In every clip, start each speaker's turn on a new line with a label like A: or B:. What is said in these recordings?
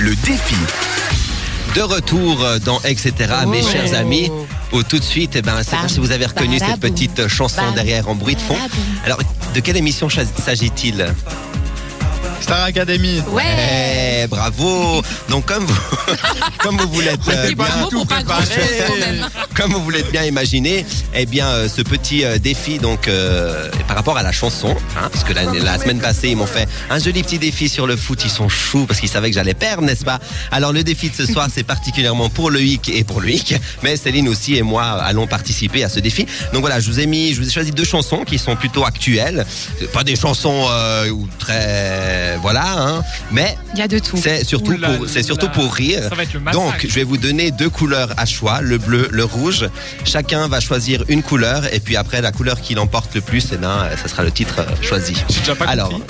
A: le défi. De retour euh, dans Etc. mes
B: Oh.
A: chers amis, où tout de suite, eh ben, c'est
B: Bam,
A: si vous avez reconnu cette
B: baraboum,
A: petite chanson
B: bam,
A: derrière en bruit de fond.
B: baraboum.
A: Alors, de quelle émission chas- s'agit-il
C: Star Academy.
B: Ouais.
A: Eh, bravo Donc, comme vous, comme vous voulez être,
B: Des
A: euh, bien-
B: bons mots pour pas grand-chose quand même.
A: Comme vous voulez bien imaginer, eh bien, euh, ce petit euh, défi donc euh, par rapport à la chanson, hein, parce que la, la semaine passée ils m'ont fait un joli petit défi sur le foot. Ils sont choux parce qu'ils savaient que j'allais perdre, n'est-ce pas Alors le défi de ce soir, c'est particulièrement pour Loïc et pour Loïc, mais Céline aussi et moi allons participer à ce défi. Donc voilà, je vous ai mis, je vous ai choisi deux chansons qui sont plutôt actuelles, pas des chansons euh, ou très voilà, hein, mais
B: Il y a de tout.
A: c'est surtout
C: Ouh là
A: pour, c'est
C: là.
A: surtout pour rire.
C: Ça va être le massacre.
A: Donc, je vais vous donner deux couleurs à choix, le bleu, le rouge. Chacun va choisir une couleur et puis après la couleur qui l'emporte le plus, eh ben, ça sera le titre euh, choisi.
C: J'ai déjà pas
A: Alors,
C: compris.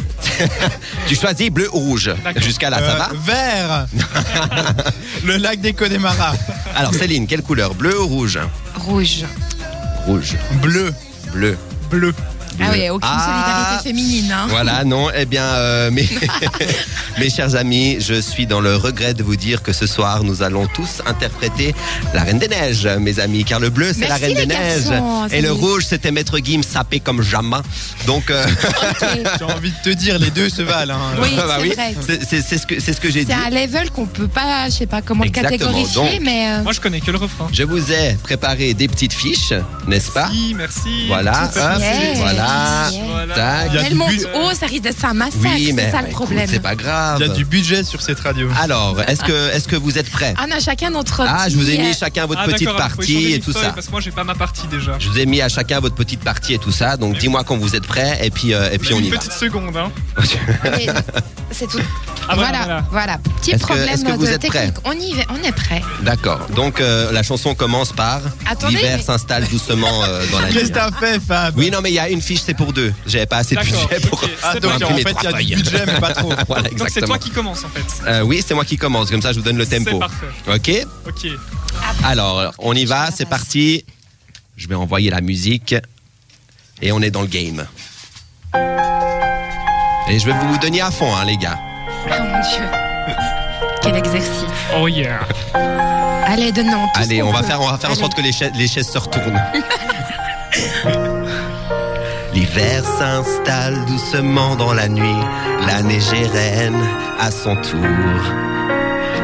A: tu choisis bleu ou rouge.
C: D'accord.
A: Jusqu'à là, ça
D: Euh,
A: va
D: Vert Le lac des Connemara.
C: euh.
A: Alors, Céline, quelle couleur Bleu ou rouge
B: Rouge.
A: Rouge.
D: Bleu.
A: Bleu.
C: Bleu.
B: Ah ouais, aucune
A: Ah.
B: solidarité féminine. Hein.
A: Voilà, non, eh bien, euh, mes, mes chers amis, je suis dans le regret de vous dire que ce soir, nous allons tous interpréter la Reine des Neiges, mes amis, car le bleu, c'est la
B: Merci,
A: Reine des
B: les
A: Neiges.
B: garçons,
A: Et le
B: salut.
A: rouge, c'était Maître Guim sapé comme jamais. Donc, euh,
B: Ok.
D: J'ai envie de te dire, les deux se valent. hein.
B: Oui,
A: bah
B: c'est
A: oui,
B: vrai.
A: c'est- c'est c'est ce que, c'est ce que j'ai dit.
B: C'est un level qu'on peut pas, je sais pas comment le
A: Exactement,
B: catégorifier,
A: donc.
B: mais euh,
C: Moi, je connais que le refrain.
A: Je vous ai préparé des petites fiches, n'est-ce pas
C: Si, merci.
A: Ah. Voilà, Euh,
C: Tout
A: hop,
B: Yeah.
A: voilà,
C: Voilà.
A: tac.
D: Il y a
B: elle
D: du
B: monte
D: but.
B: haut, ça risque d'être un massacre.
A: Oui, mais
B: c'est ça
A: bah,
B: le
A: écoute,
B: problème.
A: c'est pas grave.
D: Il y a du budget sur cette radio.
A: Alors, est-ce que, est que vous êtes prêts
B: Ah, on a chacun notre.
A: Ah, je vous ai
B: petit,
A: mis
B: euh,
A: chacun votre
C: Ah,
A: petite
C: d'accord, alors, faut échanger
A: partie et
C: les
A: tout
C: feuilles,
A: ça.
C: Parce que moi, j'ai pas ma partie déjà.
A: Je vous ai mis à chacun votre petite partie et tout ça, donc dis-moi quand vous êtes prêts et puis, euh, et puis on
C: une
A: y va.
C: petite seconde. Hein.
B: mais C'est tout.
C: Ah, voilà,
B: voilà,
C: voilà.
B: voilà. Petit
A: Est-ce que-
B: problème
A: est-ce que vous
B: de
A: êtes prêts
B: technique. On y va, on est prêt.
A: D'accord. Donc euh, la chanson commence par
B: Attendez,
A: l'hiver
B: mais-
A: s'installe doucement euh, dans la nuit.
D: Qu'est-ce que t'as fait, Fab
A: Oui, non, mais il y a une fiche, c'est pour deux. J'avais pas assez de
C: D'accord,
A: budget pour.
C: ok.
D: Ah,
C: c'est
D: donc
C: bon,
D: en
A: imprimer
D: fait, il y
A: trois
D: a du
A: feuilles.
D: budget, mais pas trop.
A: voilà,
C: Donc, c'est
A: exactement.
C: toi qui commence en fait.
A: Euh, oui, c'est moi qui commence. Comme ça, je vous donne le
C: C'est
A: tempo.
C: parfait.
A: Ok.
C: Ok.
A: Alors, on y va. C'est parti. Je vais envoyer la musique et on est dans le game. Et je vais vous donner à fond, hein, les gars.
B: Oh mon dieu. Quel exercice.
C: Oh yeah.
B: Allez, donne-nous. tout ce
A: Allez,
B: qu'on
A: on va
B: peut.
A: faire, on va faire en
B: Allez.
A: sorte que les chaises, les chaises se retournent. L'hiver s'installe doucement dans la nuit. La neige est reine à son tour.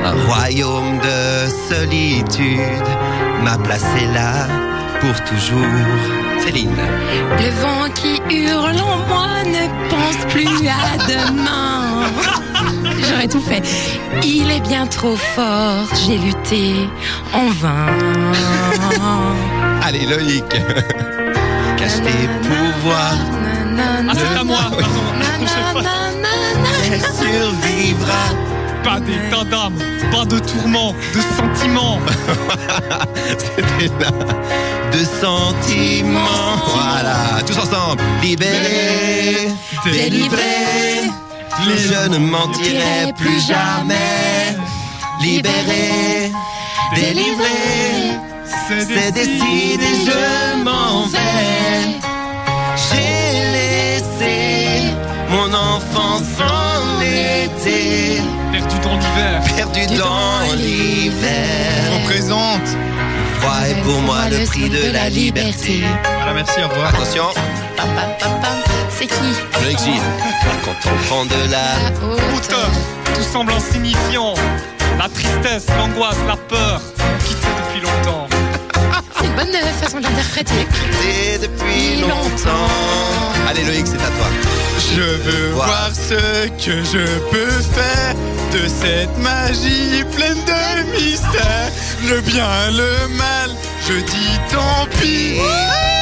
A: Un royaume de solitude m'a placé là pour toujours. Céline.
B: Le vent qui hurle en moi ne pense plus à demain. J'aurais tout fait. Il est bien trop fort, j'ai lutté en vain.
A: Allez, Loïc. Cache tes pouvoirs,
C: Ah, c'est à moi. Pardon.
A: elle survivra.
C: Pas d'état d'âme, pas de tourment, de sentiments.
A: C'était là. De sentiments. Voilà, tous ensemble. Libérés, délivrés. Plus je ne mentirai plus jamais. Libérés, délivrés. C'est décidé, je m'en vais. J'ai laissé mon enfance en été.
C: Perdu dans l'hiver.
A: Perdu dans l'hiver.
D: On présente.
A: Froid est pour moi le prix de la liberté.
D: Voilà, merci, au revoir.
A: Attention,
B: Pam, pam, pam, pam. C'est qui
A: je l'exige. Quand on prend de la.
B: La haute.
C: Hauteur, tout semble insignifiant. La tristesse, l'angoisse, la peur, quitté depuis longtemps.
B: C'est une bonne euh, façon de l'interpréter.
A: T'es depuis
B: Depuis
A: longtemps.
B: longtemps.
A: Allez Loïc, c'est à toi.
D: Je veux
A: Voir.
D: voir ce que je peux faire de cette magie pleine de mystère. Le bien, le mal, je dis tant pis.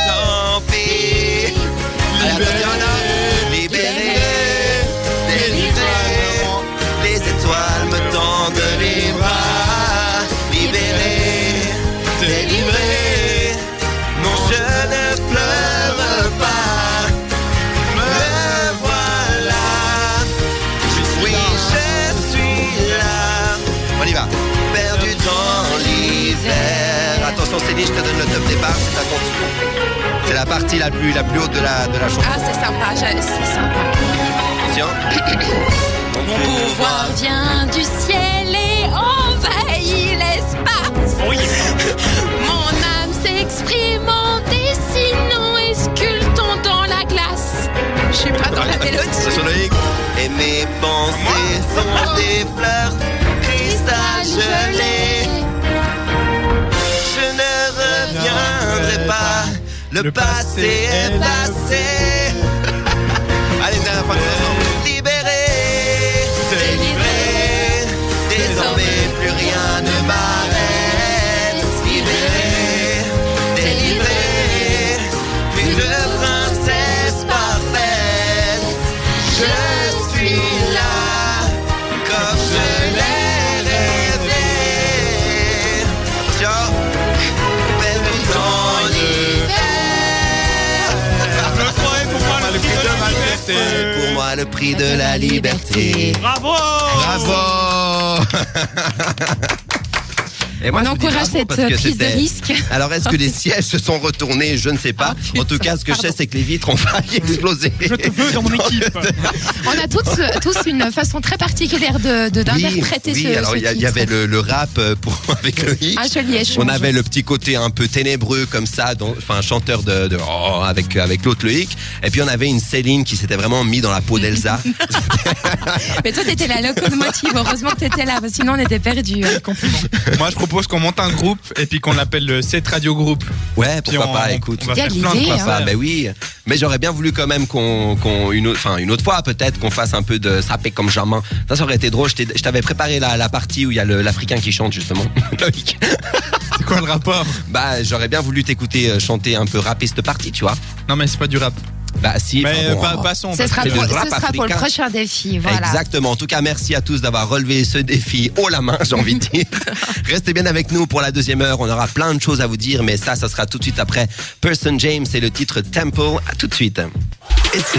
A: Tant pis. Allez, attention, Anna. Libéré, délivré. Les étoiles me tendent les bras. Libéré, délivré. Non, je ne pleure pas. Me voilà. Oui, je suis là. On y va. Perdu dans l'hiver. Attention, Céline, je te donne le top départ. C'est à ton tour. C'est la partie la plus, la plus haute de la, de la chanson.
B: Ah, c'est sympa, j'a- c'est sympa.
A: Attention.
B: Mon pouvoir vient du ciel Ah,
A: fleurs, cristal gelé. Je ne reviendrai pas, le passé est passé. Allez, une dernière fois, nous ensemble. Libéré, délivré, désormais plus rien ne m'arrête. Libéré, délivré, plus de princesse parfaite. Je suis là, comme je l'ai rêvé. Attention, belle du temps en hiver.
C: Le froid est pour moi le prix de la liberté.
A: C'est pour moi le prix de la liberté.
C: Bravo
A: Bravo Et moi,
B: On
A: je vous dis
B: encourage
A: bravo
B: cette
A: parce que
B: euh, prise de
A: c'était-
B: risque. Ah,
A: Alors, est-ce que les sièges se sont retournés Je ne sais pas. en tout cas, ce que je sais, c'est que les vitres ont failli exploser.
C: Je te veux dans mon équipe.
B: On a toutes, tous une façon très particulière de de-
A: Oui,
B: d'interpréter
A: oui,
B: ce,
A: alors
B: ce
A: il y, a- il y
B: titre. Ah,
A: avait le, le rap euh, pour, avec le hic.
B: un joli échange.
A: On avait le petit côté un peu ténébreux comme ça, dans- enfin un chanteur de, de- oh, avec avec l'autre le hic. Et puis on avait une Céline qui s'était vraiment mis dans la peau d'Elsa.
B: Mais toi, t'étais la locomotive. Heureusement que t'étais là, parce que sinon on était perdus. hein.
D: Moi, je propose qu'on monte un groupe et puis qu'on l'appelle le 7 Radio Group.
A: ouais,
D: Puis
A: pourquoi
D: on-
A: pas Écoute,
D: on va
B: Il y a
D: faire plein de
B: l'idée,
D: trucs.
B: hein.
A: Enfin, ben oui, mais j'aurais bien voulu quand même qu'on, qu'on- une, autre, enfin, une autre fois peut-être qu'on fasse un peu de sapé comme Germain. Ça, ça aurait été drôle. Je, t'ai- je t'avais préparé la, la partie où il y a le- l'Africain qui chante justement. Loïc.
D: C'est quoi le rapport
A: bah j'aurais bien voulu t'écouter euh, chanter un peu rapper cette partie, tu vois.
D: Non, mais c'est pas du rap.
A: Bah si.
D: Mais
A: enfin,
D: euh,
A: bon,
D: pas-
A: hein.
D: passons.
B: Ce
D: parce
B: sera,
A: que
B: pour,
A: le
B: ce
A: rap
B: sera pour le
A: africain-
B: prochain défi. Voilà.
A: Exactement. En tout cas, merci à tous d'avoir relevé ce défi haut la main, j'ai envie de dire. Restez bien avec nous pour la deuxième heure. On aura plein de choses à vous dire, mais ça, ça sera tout de suite après. Person James et le titre Temple. À tout de suite. Etc.